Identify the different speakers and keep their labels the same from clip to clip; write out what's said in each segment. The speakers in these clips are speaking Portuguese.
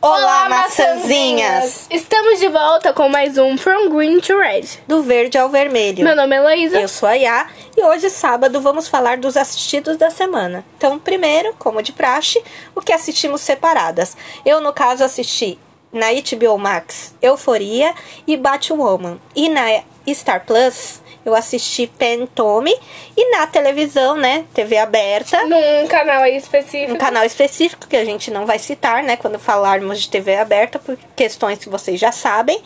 Speaker 1: Olá, maçãzinhas!
Speaker 2: Estamos de volta com mais um From Green to Red.
Speaker 1: Do verde ao vermelho.
Speaker 2: Meu nome é Heloísa.
Speaker 1: Eu sou a Yá e hoje, sábado, vamos falar dos assistidos da semana. Então, primeiro, como de praxe, o que assistimos separadas. Eu, no caso, assisti na HBO Max Euforia e Batwoman. E na Star Plus, eu assisti Pen Tommy. E na televisão, né, TV aberta,
Speaker 2: Num canal aí específico.
Speaker 1: um canal específico que a gente não vai citar, né, quando falarmos de TV aberta, por questões que vocês já sabem,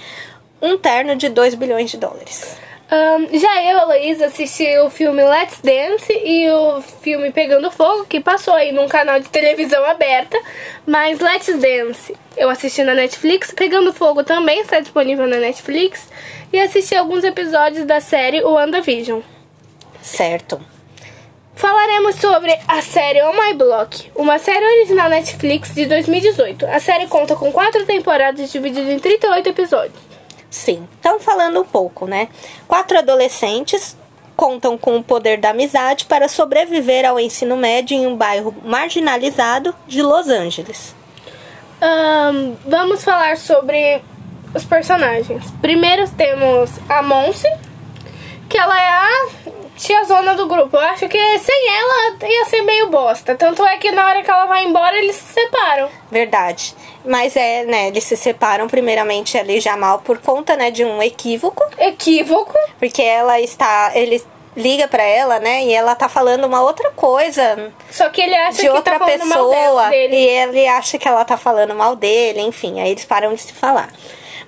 Speaker 1: um terno de 2 bilhões de dólares.
Speaker 2: Ahn, já eu, Heloísa, assisti o filme Let's Dance e o filme Pegando Fogo, que passou aí num canal de televisão aberta. Mas Let's Dance eu assisti na Netflix. Pegando Fogo também está disponível na Netflix. E assisti alguns episódios da série WandaVision.
Speaker 1: Certo.
Speaker 2: Falaremos sobre a série On My Block, uma série original Netflix de 2018. A série conta com quatro temporadas divididas em 38 episódios.
Speaker 1: Sim. Então, falando um pouco, né? Quatro adolescentes contam com o poder da amizade para sobreviver ao ensino médio em um bairro marginalizado de Los Angeles.
Speaker 2: Ahn, vamos falar sobre os personagens. Primeiro temos a Monse, que ela é a tiazona do grupo. Eu acho que sem ela ia ser meio bosta. Tanto é que na hora que ela vai embora, eles se separam.
Speaker 1: Verdade. Mas é, né, eles se separam primeiramente ali já mal por conta, né, de um equívoco
Speaker 2: Equívoco.
Speaker 1: porque ela está ele liga pra ela, né? E ela tá falando uma outra coisa
Speaker 2: Só que ele acha
Speaker 1: de
Speaker 2: que
Speaker 1: outra
Speaker 2: tá falando
Speaker 1: pessoa
Speaker 2: mal dela- dele.
Speaker 1: e ele acha que ela tá falando mal dele, enfim, aí eles param de se falar.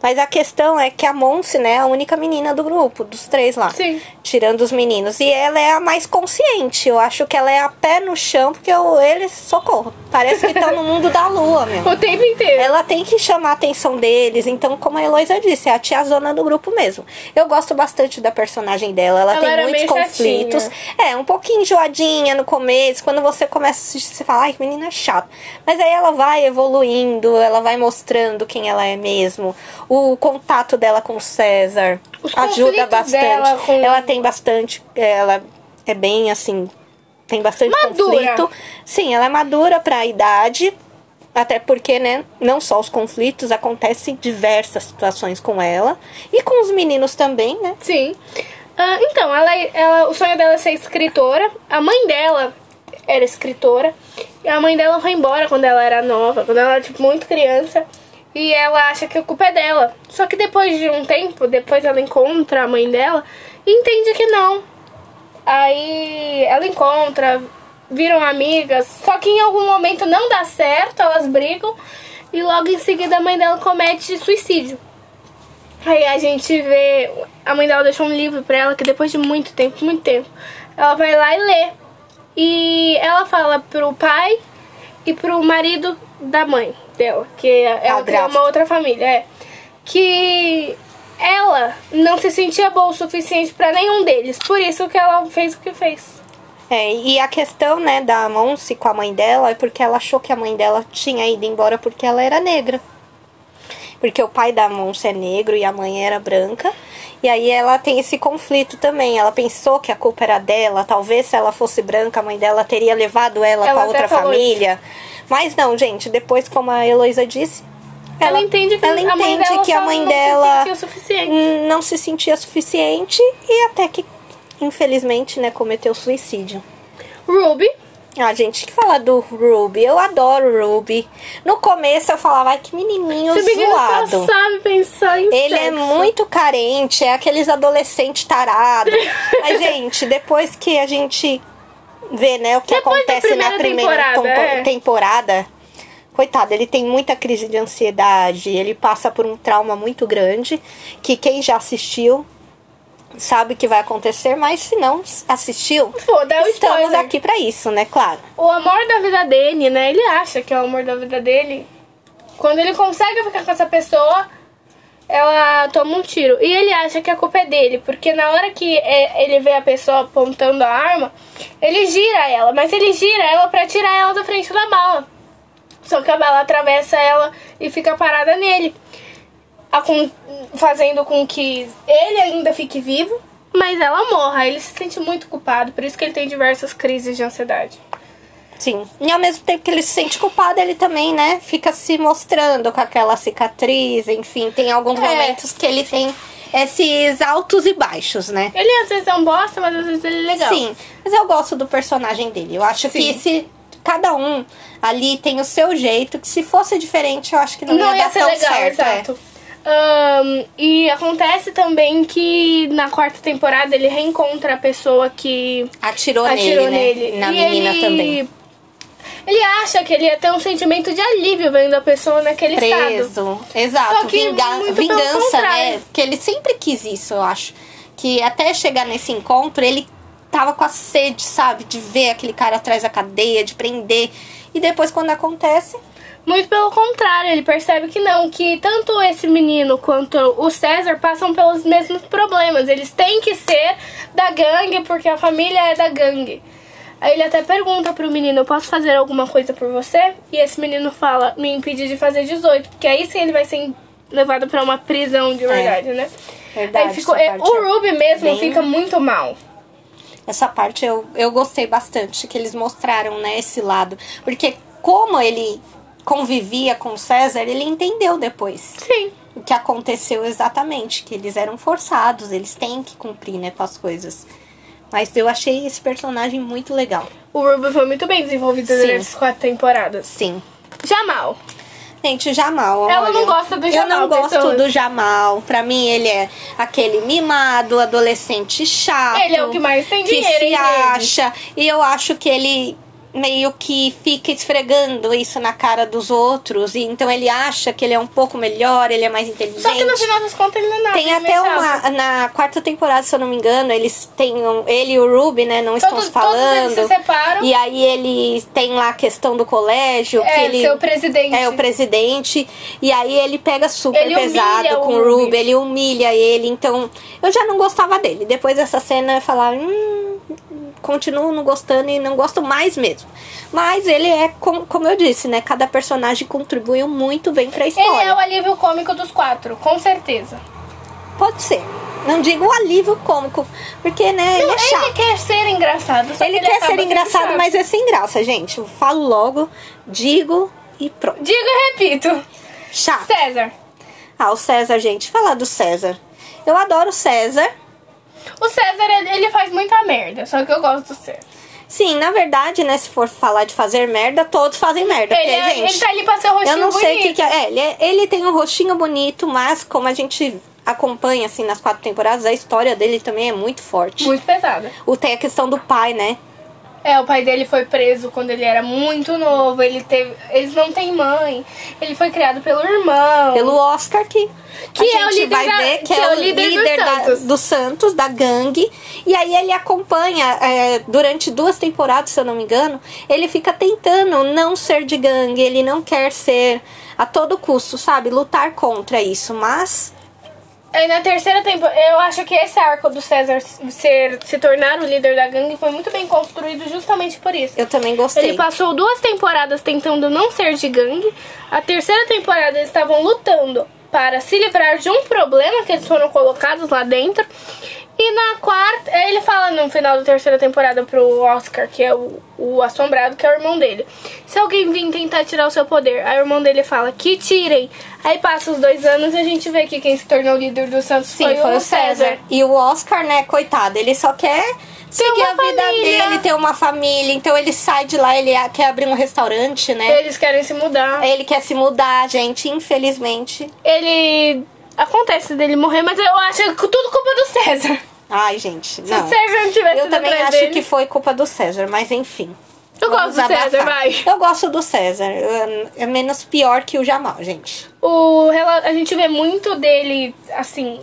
Speaker 1: Mas a questão é que a Monse, né, é a única menina do grupo, dos três lá.
Speaker 2: Sim.
Speaker 1: Tirando os meninos. E ela é a mais consciente. Eu acho que ela é a pé no chão, porque eu, eles, socorro. Parece que estão no mundo da lua, meu.
Speaker 2: O tempo inteiro.
Speaker 1: Ela tem que chamar a atenção deles. Então, como a Heloísa disse, é a tiazona do grupo mesmo. Eu gosto bastante da personagem dela. Ela,
Speaker 2: Ela
Speaker 1: tem
Speaker 2: era
Speaker 1: muitos
Speaker 2: meio
Speaker 1: conflitos. É, um pouquinho enjoadinha no começo. Quando você começa a assistir, você fala, ai, que menina chata. Mas aí ela vai evoluindo, ela vai mostrando quem ela é mesmo. O contato dela com o César
Speaker 2: Os
Speaker 1: ajuda
Speaker 2: conflitos
Speaker 1: bastante.
Speaker 2: dela com-
Speaker 1: Ela tem bastante. Ela é bem assim. Tem bastante
Speaker 2: Madura.
Speaker 1: conflito. Sim, ela é madura para a idade, até porque, né, não só os conflitos, acontecem diversas situações com ela e com os meninos também, né?
Speaker 2: Sim. Ah, então, ela, ela, o sonho dela é ser escritora. A mãe dela era escritora. E a mãe dela foi embora quando ela era nova, quando ela era tipo, muito criança. E ela acha que a culpa é dela. Só que depois de um tempo, depois ela encontra a mãe dela e entende que não. Aí ela encontra, viram amigas, só que em algum momento não dá certo, elas brigam e logo em seguida a mãe dela comete suicídio. Aí a gente vê. A mãe dela deixou um livro pra ela que depois de muito tempo, muito tempo, ela vai lá e lê. E ela fala pro pai e pro marido da mãe dela, que é, ela tem
Speaker 1: Padrasto.
Speaker 2: uma outra família, é. Que ela não se sentia boa o suficiente pra nenhum deles. Por isso que ela fez o que fez.
Speaker 1: É, e a questão, né, da Monse com a mãe dela é porque ela achou que a mãe dela tinha ido embora porque ela era negra. Porque o pai da Monse é negro e a mãe era branca. E aí ela tem esse conflito também. Ela pensou que a culpa era dela. Talvez se ela fosse branca, a mãe dela teria levado ela, pra
Speaker 2: Ela até
Speaker 1: outra
Speaker 2: falou isso.
Speaker 1: família. Mas não, gente, depois, como a Heloísa disse.
Speaker 2: Ela, entende que
Speaker 1: ela
Speaker 2: a mãe
Speaker 1: entende
Speaker 2: dela,
Speaker 1: que
Speaker 2: só
Speaker 1: a mãe
Speaker 2: não
Speaker 1: dela
Speaker 2: se sentia o suficiente.
Speaker 1: não se sentia suficiente e até que, infelizmente, né, cometeu suicídio.
Speaker 2: Ruby,
Speaker 1: Ah, gente, que falar do Ruby. Eu adoro o Ruby. No começo eu falava, ai, que menininho
Speaker 2: esse menino só
Speaker 1: zoado.
Speaker 2: sabe pensar em
Speaker 1: Ele é
Speaker 2: sexo.
Speaker 1: muito carente, é aqueles adolescentes tarados. Mas, gente, depois que a gente vê, né, o que
Speaker 2: Depois da
Speaker 1: acontece
Speaker 2: primeira
Speaker 1: na primeira
Speaker 2: temporada,
Speaker 1: tempo-
Speaker 2: é.
Speaker 1: temporada, coitado, ele tem muita crise de ansiedade, ele passa por um trauma muito grande, que quem já assistiu sabe que vai acontecer, mas se não assistiu,
Speaker 2: Foda, é o
Speaker 1: estamos
Speaker 2: spoiler.
Speaker 1: aqui pra isso, né, claro.
Speaker 2: O amor da vida dele, né? Ele acha que é o amor da vida dele. Quando ele consegue ficar com essa pessoa, ela toma um tiro. E ele acha que a culpa é dele, porque na hora que é, ele vê a pessoa apontando a arma, ele gira ela, mas ele gira ela pra tirar ela da frente da bala. Só que a bala atravessa ela e fica parada nele, acon- fazendo com que ele ainda fique vivo, mas ela morra. Ele se sente muito culpado, por isso que ele tem diversas crises de ansiedade.
Speaker 1: Sim. E ao mesmo tempo que ele se sente culpado, ele também, né, fica se mostrando com aquela cicatriz, enfim, tem alguns
Speaker 2: É.
Speaker 1: momentos que ele tem esses altos e baixos, né?
Speaker 2: Ele às vezes é um bosta, mas às vezes ele é legal.
Speaker 1: Sim, mas eu gosto do personagem dele. Eu acho
Speaker 2: Sim.
Speaker 1: que se cada um ali tem o seu jeito, que se fosse diferente, eu acho que não,
Speaker 2: Não
Speaker 1: ia,
Speaker 2: ia
Speaker 1: dar
Speaker 2: ser
Speaker 1: tão
Speaker 2: legal,
Speaker 1: certo. é.
Speaker 2: exato. Ahn, e acontece também que na quarta temporada ele reencontra a pessoa que
Speaker 1: Atirou,
Speaker 2: atirou
Speaker 1: nele,
Speaker 2: nele.
Speaker 1: né? Na
Speaker 2: E
Speaker 1: menina
Speaker 2: ele-
Speaker 1: também.
Speaker 2: Ele acha que ele ia ter um sentimento de alívio vendo a pessoa naquele estado.
Speaker 1: Preso. Exato.
Speaker 2: Só que
Speaker 1: vinga-
Speaker 2: muito pelo
Speaker 1: vingança, né?
Speaker 2: contrário.
Speaker 1: Porque ele sempre quis isso, eu acho. Que até chegar nesse encontro, ele tava com a sede, sabe? De ver aquele cara atrás da cadeia, de prender. E depois, quando acontece,
Speaker 2: Muito pelo contrário, ele percebe que não, que tanto esse menino quanto o César passam pelos mesmos problemas. Eles têm que ser da gangue porque a família é da gangue. Aí ele até pergunta pro menino: Eu posso fazer alguma coisa por você? E esse menino fala: Me impede de fazer 18, porque aí sim ele vai ser levado pra uma prisão de verdade, né?
Speaker 1: É, Verdade,
Speaker 2: aí ficou,
Speaker 1: essa
Speaker 2: é,
Speaker 1: parte é
Speaker 2: o Ruby mesmo
Speaker 1: bem-
Speaker 2: fica muito mal.
Speaker 1: Essa parte eu, eu gostei bastante que eles mostraram, né, esse lado. Porque como ele convivia com o César, ele entendeu depois
Speaker 2: Sim.
Speaker 1: o que aconteceu exatamente, que eles eram forçados, eles têm que cumprir, né, com as coisas. Mas eu achei esse personagem muito legal.
Speaker 2: O Ruby foi muito bem desenvolvido
Speaker 1: Sim.
Speaker 2: durante as quatro temporadas.
Speaker 1: Sim.
Speaker 2: Jamal.
Speaker 1: Gente, o Jamal.
Speaker 2: Ela
Speaker 1: olha,
Speaker 2: não gosta do
Speaker 1: Eu não
Speaker 2: Jamal,
Speaker 1: gosto
Speaker 2: pessoas.
Speaker 1: do Jamal. Pra mim, ele é aquele mimado, adolescente chato.
Speaker 2: Ele é o que mais tem
Speaker 1: que
Speaker 2: dinheiro,
Speaker 1: se
Speaker 2: hein,
Speaker 1: acha. E eu acho que ele meio que fica esfregando isso na cara dos outros. E então ele acha que ele é um pouco melhor, ele é mais inteligente.
Speaker 2: Só que no final das contas ele não é nada.
Speaker 1: Tem
Speaker 2: ele é
Speaker 1: até
Speaker 2: chato.
Speaker 1: uma. Na quarta temporada, se eu não me engano, eles têm. Um, ele e o Ruby, né? Não estão
Speaker 2: Todos,
Speaker 1: se falando.
Speaker 2: todos eles se separam.
Speaker 1: E aí ele tem lá a questão do colégio. que
Speaker 2: é,
Speaker 1: ele
Speaker 2: seu presidente.
Speaker 1: é o presidente. E aí ele pega super
Speaker 2: Ele humilha
Speaker 1: pesado
Speaker 2: o
Speaker 1: com o Ruby,
Speaker 2: Ruby.
Speaker 1: ele humilha ele. Então, eu já não gostava dele. Depois dessa cena, eu falava, hum, continuo não gostando e não gosto mais mesmo. Mas ele é, com- como eu disse, né? Cada personagem contribuiu muito bem pra
Speaker 2: Ele é
Speaker 1: história.
Speaker 2: o alívio cômico dos quatro, com certeza.
Speaker 1: Pode ser. Não digo o alívio cômico, porque, né, ele é chato.
Speaker 2: Ele quer ser engraçado. só que
Speaker 1: Ele, quer
Speaker 2: acaba
Speaker 1: ser
Speaker 2: sendo
Speaker 1: engraçado,
Speaker 2: chato.
Speaker 1: mas é sem graça, gente. Eu falo logo, digo e pronto.
Speaker 2: Digo e repito.
Speaker 1: Chato.
Speaker 2: César.
Speaker 1: Ah, o César, gente. Falar do César. Eu adoro o César.
Speaker 2: O César, ele ele faz muita merda, só que eu gosto do César.
Speaker 1: Sim, na verdade, né? Se for falar de fazer merda, todos fazem merda.
Speaker 2: Ele,
Speaker 1: porque,
Speaker 2: é-
Speaker 1: gente,
Speaker 2: ele tá ali pra ser o rostinho
Speaker 1: eu não
Speaker 2: bonito.
Speaker 1: sei o que, que é. É, Ele, é- ele tem um rostinho bonito, mas como a gente acompanha, assim, nas quatro temporadas, a história dele também é muito forte.
Speaker 2: Muito pesada.
Speaker 1: O, tem a questão do pai, né?
Speaker 2: É, o pai dele foi preso quando ele era muito novo. Ele teve. Eles não têm mãe. Ele foi criado pelo irmão.
Speaker 1: Pelo Oscar, que,
Speaker 2: Que
Speaker 1: a
Speaker 2: é o
Speaker 1: gente
Speaker 2: líder
Speaker 1: vai
Speaker 2: da-
Speaker 1: ver que, é o líder,
Speaker 2: do
Speaker 1: da-
Speaker 2: Santos.
Speaker 1: do Santos, da gangue. E aí ele acompanha, é, durante duas temporadas, se eu não me engano, ele fica tentando não ser de gangue, ele não quer ser a todo custo, sabe? Lutar contra isso, mas
Speaker 2: Aí na terceira temporada, eu acho que esse arco do César ser, se tornar o líder da gangue foi muito bem construído justamente por isso.
Speaker 1: eu também gostei.
Speaker 2: Ele passou duas temporadas tentando não ser de gangue. A terceira temporada eles estavam lutando para se livrar de um problema que eles foram colocados lá dentro. E na quarta, é, ele fala no final da terceira temporada pro Oscar, que é o, o assombrado, que é o irmão dele. Se alguém vir tentar tirar o seu poder, aí o irmão dele fala que tirem. Aí passa os dois anos e a gente vê que quem se tornou líder do Santos
Speaker 1: Sim, foi, o César. E o Oscar, né, coitado, ele só quer seguir a
Speaker 2: uma
Speaker 1: vida
Speaker 2: família.
Speaker 1: dele, ter uma família. Então ele sai de lá, ele a- quer abrir um restaurante, né?
Speaker 2: Eles querem se mudar.
Speaker 1: Ele quer se mudar, gente, infelizmente.
Speaker 2: Ele. Acontece dele morrer, mas eu acho que tudo culpa do César.
Speaker 1: Ai, gente,
Speaker 2: Se o
Speaker 1: não.
Speaker 2: César não tivesse
Speaker 1: Eu
Speaker 2: ido
Speaker 1: também
Speaker 2: atrás
Speaker 1: acho
Speaker 2: dele-
Speaker 1: que foi culpa do César, mas enfim.
Speaker 2: Eu
Speaker 1: Vamos
Speaker 2: gosto do César,
Speaker 1: abafar.
Speaker 2: vai.
Speaker 1: Eu gosto do César. eu- É menos pior que o Jamal, gente.
Speaker 2: O, rela- a gente vê muito dele, assim,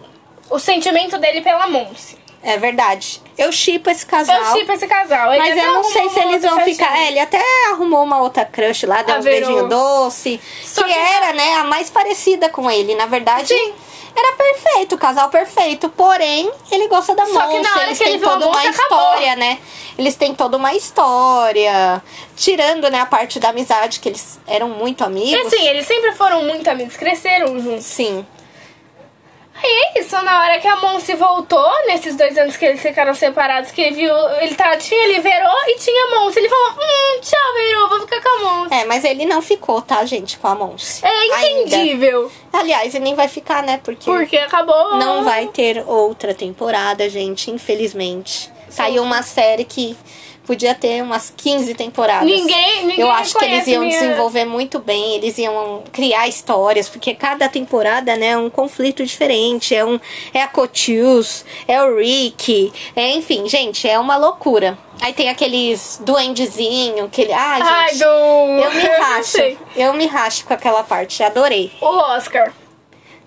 Speaker 2: o sentimento dele pela Monse.
Speaker 1: É verdade. Eu chipo esse
Speaker 2: Eu
Speaker 1: casal.
Speaker 2: chipo esse casal. Ele
Speaker 1: Mas
Speaker 2: até
Speaker 1: eu não
Speaker 2: arrumou
Speaker 1: sei se
Speaker 2: uma
Speaker 1: eles vão
Speaker 2: outra
Speaker 1: ficar.
Speaker 2: festinha.
Speaker 1: É, ele até arrumou uma outra crush lá, deu
Speaker 2: A
Speaker 1: uns
Speaker 2: Verô.
Speaker 1: beijinhos doce.
Speaker 2: Só
Speaker 1: que,
Speaker 2: que-
Speaker 1: era, né, a mais parecida com ele. Na verdade,
Speaker 2: Sim.
Speaker 1: era perfeito, o casal perfeito. Porém, ele gosta da
Speaker 2: Só que na
Speaker 1: Monse,
Speaker 2: hora
Speaker 1: Eles
Speaker 2: que
Speaker 1: têm
Speaker 2: ele viu a
Speaker 1: toda uma
Speaker 2: Monse, acabou.
Speaker 1: história, né? Eles têm toda uma história. Tirando, né, a parte da amizade, que eles eram muito
Speaker 2: E
Speaker 1: amigos.
Speaker 2: assim, eles sempre foram muito amigos, cresceram juntos.
Speaker 1: Sim.
Speaker 2: Aí é isso, na hora que a Mon se voltou, nesses dois anos que eles ficaram separados, que ele viu, ele tá, tinha ele Verô e tinha a Monse. Ele falou, hum, tchau, Verô, vou ficar com a Monse.
Speaker 1: É, mas ele não ficou, tá, gente, com a Monse.
Speaker 2: É entendível.
Speaker 1: Ainda. Aliás, ele nem vai ficar, né? Porque
Speaker 2: Porque acabou.
Speaker 1: não vai ter outra temporada, gente, infelizmente. Saiu uma série que podia ter umas 15 temporadas.
Speaker 2: Ninguém, ninguém
Speaker 1: Eu acho que eles
Speaker 2: reconhece
Speaker 1: iam
Speaker 2: minha-
Speaker 1: desenvolver muito bem, eles iam criar histórias, porque cada temporada, né, é um conflito diferente, é um é a Cotills, é o Rick, é, enfim, gente, é uma loucura. Aí tem aqueles duendezinho, aquele, ah,
Speaker 2: Ai,
Speaker 1: gente,
Speaker 2: do...
Speaker 1: eu me
Speaker 2: não
Speaker 1: racho.
Speaker 2: sei.
Speaker 1: Eu me racho com aquela parte, adorei.
Speaker 2: O Oscar.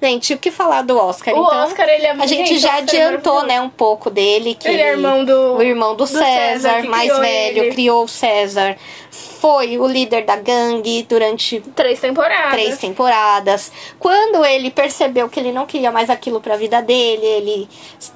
Speaker 1: Gente, o que falar do Oscar?
Speaker 2: O
Speaker 1: então,
Speaker 2: Oscar, ele é
Speaker 1: a gente
Speaker 2: gente,
Speaker 1: já
Speaker 2: Oscar é
Speaker 1: adiantou,
Speaker 2: maravilhoso.
Speaker 1: né, um pouco dele que
Speaker 2: Ele é irmão do-
Speaker 1: o irmão do,
Speaker 2: do
Speaker 1: César,
Speaker 2: César, que
Speaker 1: mais
Speaker 2: criou
Speaker 1: velho,
Speaker 2: ele.
Speaker 1: criou o César. Foi o líder da gangue durante
Speaker 2: Três temporadas.
Speaker 1: três temporadas. Quando ele percebeu que ele não queria mais aquilo pra vida dele, ele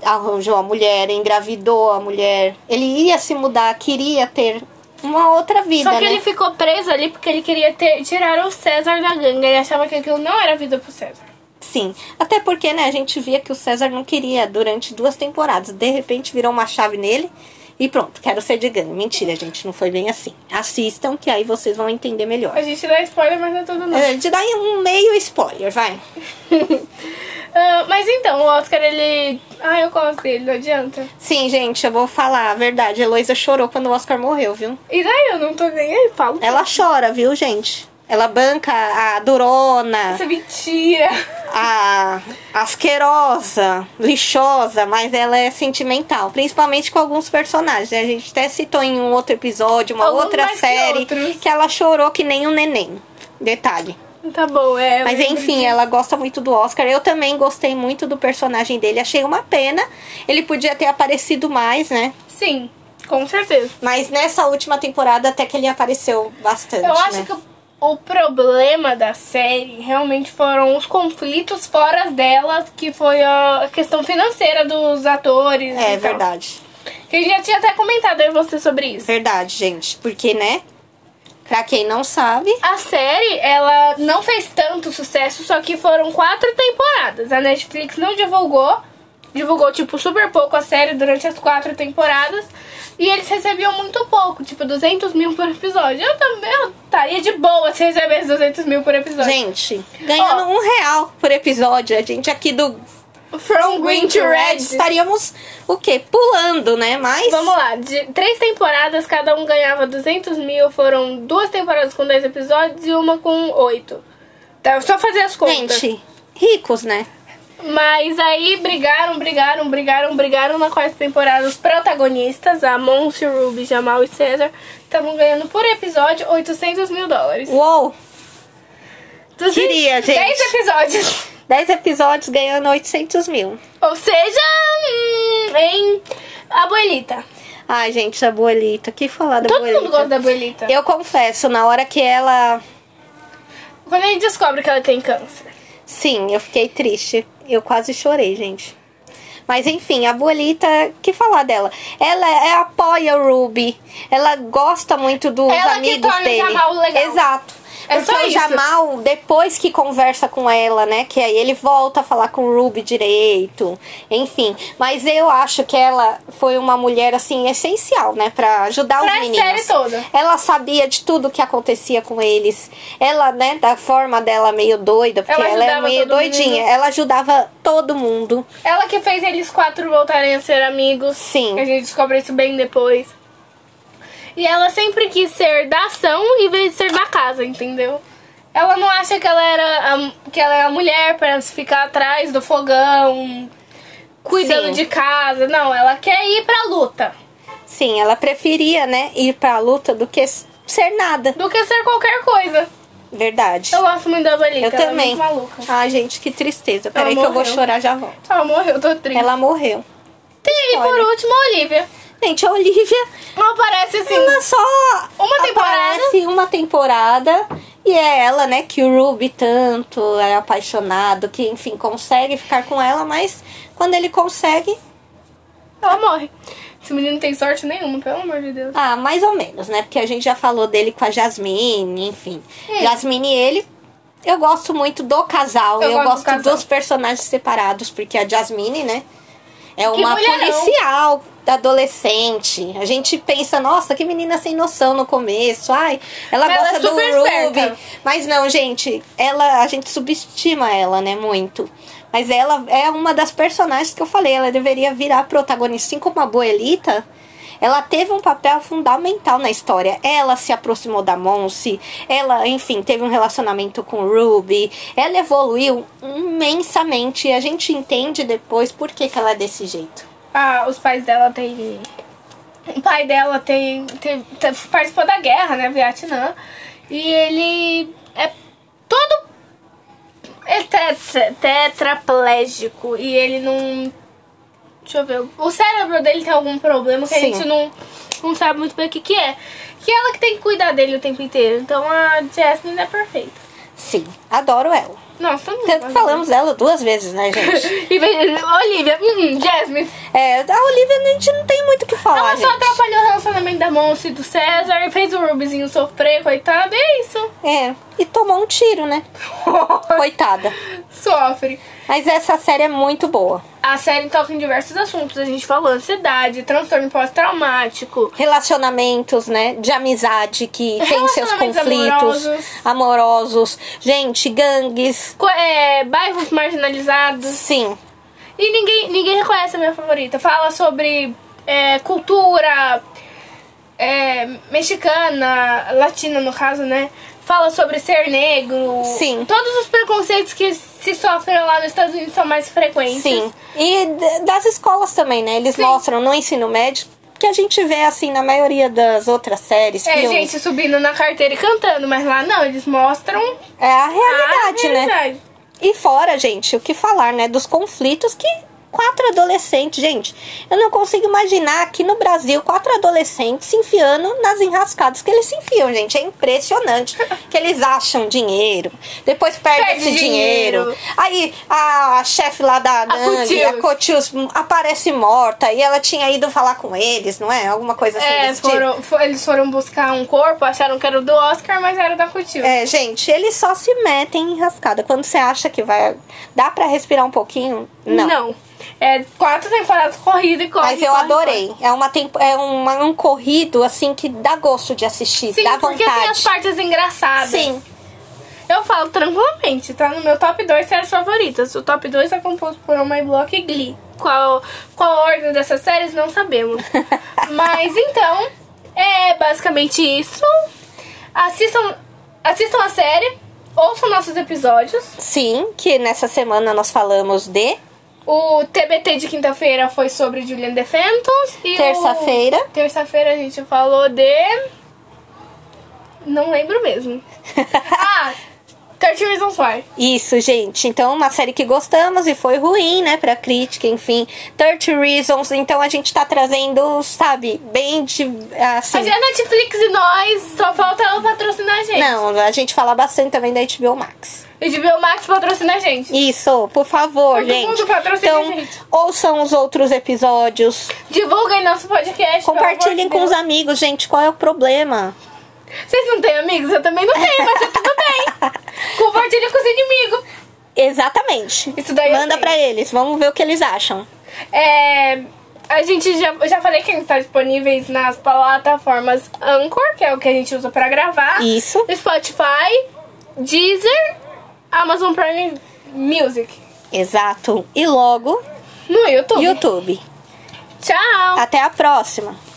Speaker 1: arranjou a mulher, engravidou a mulher. Ele ia se mudar, queria ter uma outra vida,
Speaker 2: Só que
Speaker 1: né?
Speaker 2: ele ficou preso ali porque ele queria ter, tirar o César da gangue. Ele achava que aquilo não era vida pro César.
Speaker 1: Sim, até porque, né, a gente via que o César não queria durante duas temporadas. De repente virou uma chave nele e pronto, quero ser de gangue. Mentira, gente, não foi bem assim. Assistam que aí vocês vão entender melhor.
Speaker 2: A gente dá spoiler, mas não é tudo não.
Speaker 1: É, Te dá um meio spoiler, vai.
Speaker 2: Ah, mas então, o Oscar, ele... Ah, eu gosto dele, não adianta.
Speaker 1: Sim, gente, eu vou falar a verdade. A Heloísa chorou quando o Oscar morreu, viu?
Speaker 2: E daí eu não tô nem aí, Paulo.
Speaker 1: Ela chora, viu, gente? Ela banca a durona,
Speaker 2: Essa mentira.
Speaker 1: a asquerosa, lixosa, mas ela é sentimental, principalmente com alguns personagens. né? A gente até citou em um outro episódio, uma
Speaker 2: Alguns
Speaker 1: outra
Speaker 2: mais que
Speaker 1: série,
Speaker 2: outros.
Speaker 1: que, ela chorou que nem um neném. Detalhe.
Speaker 2: Tá bom, é.
Speaker 1: Mas
Speaker 2: lembro
Speaker 1: enfim,
Speaker 2: disso.
Speaker 1: ela gosta muito do Oscar. Eu também gostei muito do personagem dele. Achei uma pena. Ele podia ter aparecido mais, né?
Speaker 2: Sim, com certeza.
Speaker 1: Mas nessa última temporada até que ele apareceu bastante.
Speaker 2: Eu acho
Speaker 1: né?
Speaker 2: que o- o problema da série realmente foram os conflitos fora delas, que foi a questão financeira dos atores.
Speaker 1: É
Speaker 2: e tal.
Speaker 1: verdade.
Speaker 2: Que eu já tinha até comentado aí você sobre isso.
Speaker 1: Verdade, gente. Porque, né? Pra quem não sabe,
Speaker 2: A série, ela não fez tanto sucesso, só que foram quatro temporadas. A Netflix não divulgou, divulgou, tipo, super pouco a série durante as quatro temporadas. E eles recebiam muito pouco, tipo, 200 mil por episódio. Eu também eu estaria de boa se recebesse 200 mil por episódio.
Speaker 1: gente, ganhando um real por episódio, a gente aqui do
Speaker 2: From Green to Red.
Speaker 1: estaríamos o quê? Pulando, né? Mas.
Speaker 2: Vamos lá, de três temporadas, cada um ganhava 200 mil. Foram duas temporadas com 10 episódios e uma com 8. Tá, só fazer as contas.
Speaker 1: Gente, ricos, né?
Speaker 2: Mas aí brigaram, brigaram, brigaram, brigaram na quarta temporada. Os protagonistas, a Monse, Ruby, Jamal e César, estavam ganhando por episódio 800 mil dólares.
Speaker 1: Uou!
Speaker 2: Dos
Speaker 1: Queria, gente.
Speaker 2: 10 episódios.
Speaker 1: 10 episódios ganhando 800 mil.
Speaker 2: Ou seja, hum, em Abuelita.
Speaker 1: Ai, gente, a Boelita. O que falar da
Speaker 2: Todo
Speaker 1: Boelita?
Speaker 2: mundo gosta da Abuelita.
Speaker 1: Eu confesso, na hora que ela.
Speaker 2: Quando a gente descobre que ela tem câncer.
Speaker 1: Sim, eu fiquei triste. Eu quase chorei, gente. Mas enfim, a Bolita, que falar dela? Ela é- apoia o Ruby. Ela gosta muito dos
Speaker 2: Ela que
Speaker 1: amigos
Speaker 2: torna o
Speaker 1: dele.
Speaker 2: Jamal legal.
Speaker 1: Exato.
Speaker 2: É
Speaker 1: Porque
Speaker 2: só
Speaker 1: o
Speaker 2: isso.
Speaker 1: Jamal, depois que conversa com ela, né? Que aí ele volta a falar com o Ruby direito. Enfim. Mas eu acho que ela foi uma mulher, assim, essencial, né? Pra ajudar
Speaker 2: Pra
Speaker 1: os meninos.
Speaker 2: série toda.
Speaker 1: Ela sabia de tudo que acontecia com eles. Ela, né, da forma dela meio doida, porque
Speaker 2: Ela
Speaker 1: ela, é
Speaker 2: ajudava
Speaker 1: meio
Speaker 2: todo
Speaker 1: doidinha.
Speaker 2: mundo.
Speaker 1: Ela ajudava todo mundo.
Speaker 2: Ela que fez eles quatro voltarem a ser amigos.
Speaker 1: Sim.
Speaker 2: A gente descobre isso bem depois. E ela sempre quis ser da ação em vez de ser da casa, entendeu? Ela não acha que ela era a, que ela é a mulher pra ficar atrás do fogão, cuidando
Speaker 1: Sim.
Speaker 2: de casa. Não, ela quer ir pra luta
Speaker 1: Sim, ela preferia, né, ir pra luta do que ser nada.
Speaker 2: do que ser qualquer coisa.
Speaker 1: Verdade.
Speaker 2: Eu gosto muito da Valita,
Speaker 1: Eu
Speaker 2: Então, ela
Speaker 1: também.
Speaker 2: é muito maluca.
Speaker 1: ah, gente, que tristeza. Peraí que eu vou
Speaker 2: morreu.
Speaker 1: chorar já volto.
Speaker 2: Ela morreu, eu tô triste.
Speaker 1: Ela morreu.
Speaker 2: E por
Speaker 1: Olha.
Speaker 2: último, a Olivia.
Speaker 1: Gente, a Olivia,
Speaker 2: Ela aparece assim.
Speaker 1: ela só
Speaker 2: Uma temporada.
Speaker 1: aparece uma temporada e é ela, né, que o Ruby tanto é apaixonado, que enfim consegue ficar com ela, mas quando ele consegue,
Speaker 2: Ela morre. Esse menino não tem sorte nenhuma, pelo amor de Deus.
Speaker 1: ah,
Speaker 2: É.
Speaker 1: mais ou menos, né? Porque a gente já falou dele com a Jasmine, enfim. Jasmine e ele Eu gosto muito do casal, eu,
Speaker 2: Eu gosto do
Speaker 1: gosto
Speaker 2: casal.
Speaker 1: dos personagens separados, porque a Jasmine, né? É
Speaker 2: Que
Speaker 1: uma
Speaker 2: mulherão.
Speaker 1: policial adolescente. A gente pensa, nossa, que menina sem noção no começo. Ai, ela
Speaker 2: Mas ela
Speaker 1: gosta
Speaker 2: é
Speaker 1: Tá do
Speaker 2: super
Speaker 1: Ruby.
Speaker 2: esperta.
Speaker 1: Mas não, gente, ela a gente subestima ela, né, muito. Mas ela é uma das personagens que eu falei, ela deveria virar protagonista, assim como a Boelita. Ela teve um papel fundamental na história. Ela se aproximou da Monse, ela, enfim, teve um relacionamento com o Ruby. Ela evoluiu imensamente e a gente entende depois por que, que ela é desse jeito.
Speaker 2: Ah, os pais dela têm. O pai dela tem, tem, tem- participou da guerra, né? Vietnã. E ele é todo. É tetra, tetraplégico. E ele não. Deixa eu ver. O cérebro dele tem algum problema que a
Speaker 1: Sim.
Speaker 2: gente não, não sabe muito bem o que, que é. Que ela que tem que cuidar dele o tempo inteiro. Então a Jasmine é perfeita.
Speaker 1: Sim, adoro ela.
Speaker 2: Nossa,
Speaker 1: Tanto que falamos dela duas vezes, né, gente?
Speaker 2: E vem- Olivia, hum, Jasmine.
Speaker 1: É, a Olivia a gente não tem muito o que falar.
Speaker 2: Ela só
Speaker 1: gente.
Speaker 2: atrapalhou o relacionamento da Monse e do César, fez o Rubizinho sofrer, coitado, e é isso.
Speaker 1: É, e tomou um tiro, né? Coitada.
Speaker 2: Sofre.
Speaker 1: Mas essa série é muito boa.
Speaker 2: A série toca em diversos assuntos, a gente falou ansiedade, transtorno pós-traumático.
Speaker 1: Relacionamentos, né? De amizade que tem seus
Speaker 2: Relacionamentos
Speaker 1: conflitos.
Speaker 2: amorosos.
Speaker 1: amorosos. Gente, gangues.
Speaker 2: co- é, bairros marginalizados.
Speaker 1: Sim,
Speaker 2: E ninguém, ninguém reconhece a minha favorita. Fala sobre é, cultura é, mexicana, latina no caso, né? Fala sobre ser negro.
Speaker 1: Sim.
Speaker 2: Todos os preconceitos que se sofrem lá nos Estados Unidos são mais frequentes.
Speaker 1: sim. E d- das escolas também, né? Eles
Speaker 2: Sim.
Speaker 1: mostram no ensino médio que a gente vê assim na maioria das outras séries,
Speaker 2: É,
Speaker 1: filmes.
Speaker 2: gente subindo na carteira e cantando, mas lá não, eles mostram
Speaker 1: É a
Speaker 2: a
Speaker 1: realidade, né?
Speaker 2: realidade.
Speaker 1: E fora, gente, o que falar, né? Dos conflitos que quatro adolescentes, gente, eu não consigo imaginar aqui no Brasil quatro adolescentes se enfiando nas enrascadas que eles se enfiam, gente. É impressionante que eles acham dinheiro, depois perde,
Speaker 2: Perde
Speaker 1: esse dinheiro.
Speaker 2: dinheiro.
Speaker 1: Aí a, a chefe lá da gangue, a
Speaker 2: Cotills.
Speaker 1: Cotius, aparece morta e ela tinha ido falar com eles, não é? Alguma coisa assim
Speaker 2: É,
Speaker 1: desse tipo.
Speaker 2: foram, fo- eles foram buscar um corpo, acharam que era o do Oscar, mas era da Coutinho.
Speaker 1: É, gente, eles só se metem em enrascada. Quando você acha que vai. Dá pra respirar um pouquinho? Não.
Speaker 2: É quatro temporadas corrida e corre.
Speaker 1: Mas eu
Speaker 2: corre,
Speaker 1: adorei. É, uma tempo, é uma- um corrido, assim, que dá gosto de assistir,
Speaker 2: corre. Sim,
Speaker 1: dá
Speaker 2: porque tem as
Speaker 1: vontade.
Speaker 2: partes engraçadas.
Speaker 1: Sim,
Speaker 2: Eu falo tranquilamente, tá no meu top 2 séries favoritas. O top 2 é composto por Oh My Block e Glee. Qual, qual a ordem dessas séries, não sabemos. Mas então, é basicamente isso. Assistam, assistam a série, ouçam nossos episódios.
Speaker 1: sim, que nessa semana nós falamos de
Speaker 2: O TBT de quinta-feira foi sobre Julian DeFantos. e o-
Speaker 1: terça-feira.
Speaker 2: Terça-feira a gente falou de. Não lembro mesmo. ah! 13 Reasons Why.
Speaker 1: Isso, gente. Então, uma série que gostamos e foi ruim, né, pra crítica, enfim. 30 Reasons. Então, a gente tá trazendo, sabe, bem de. Assim,
Speaker 2: Mas é Netflix e nós, só falta ela patrocinar a gente.
Speaker 1: Não, a gente fala bastante também da HBO Max.
Speaker 2: E de ver o Max patrocinar a gente.
Speaker 1: Isso, por favor,
Speaker 2: Todo
Speaker 1: gente.
Speaker 2: mundo patrocina
Speaker 1: então,
Speaker 2: a gente.
Speaker 1: ouçam os outros episódios.
Speaker 2: Divulguem nosso podcast.
Speaker 1: Compartilhem com
Speaker 2: pelo amor
Speaker 1: os
Speaker 2: de
Speaker 1: amigos, gente. Qual é o problema?
Speaker 2: Deus. Vocês não têm amigos? Eu também não tenho, mas tá tudo bem. Compartilhem com os inimigos.
Speaker 1: Exatamente.
Speaker 2: Isso daí é assim. eu
Speaker 1: Manda
Speaker 2: tenho.
Speaker 1: pra eles. Vamos ver o que eles acham.
Speaker 2: É, a gente já, eu já falei que a gente tá disponíveis nas plataformas Anchor, que é o que a gente usa pra gravar.
Speaker 1: Isso.
Speaker 2: Spotify, Deezer, Amazon Prime Music.
Speaker 1: Exato. E logo,
Speaker 2: No YouTube.
Speaker 1: YouTube.
Speaker 2: Tchau!
Speaker 1: Até a próxima.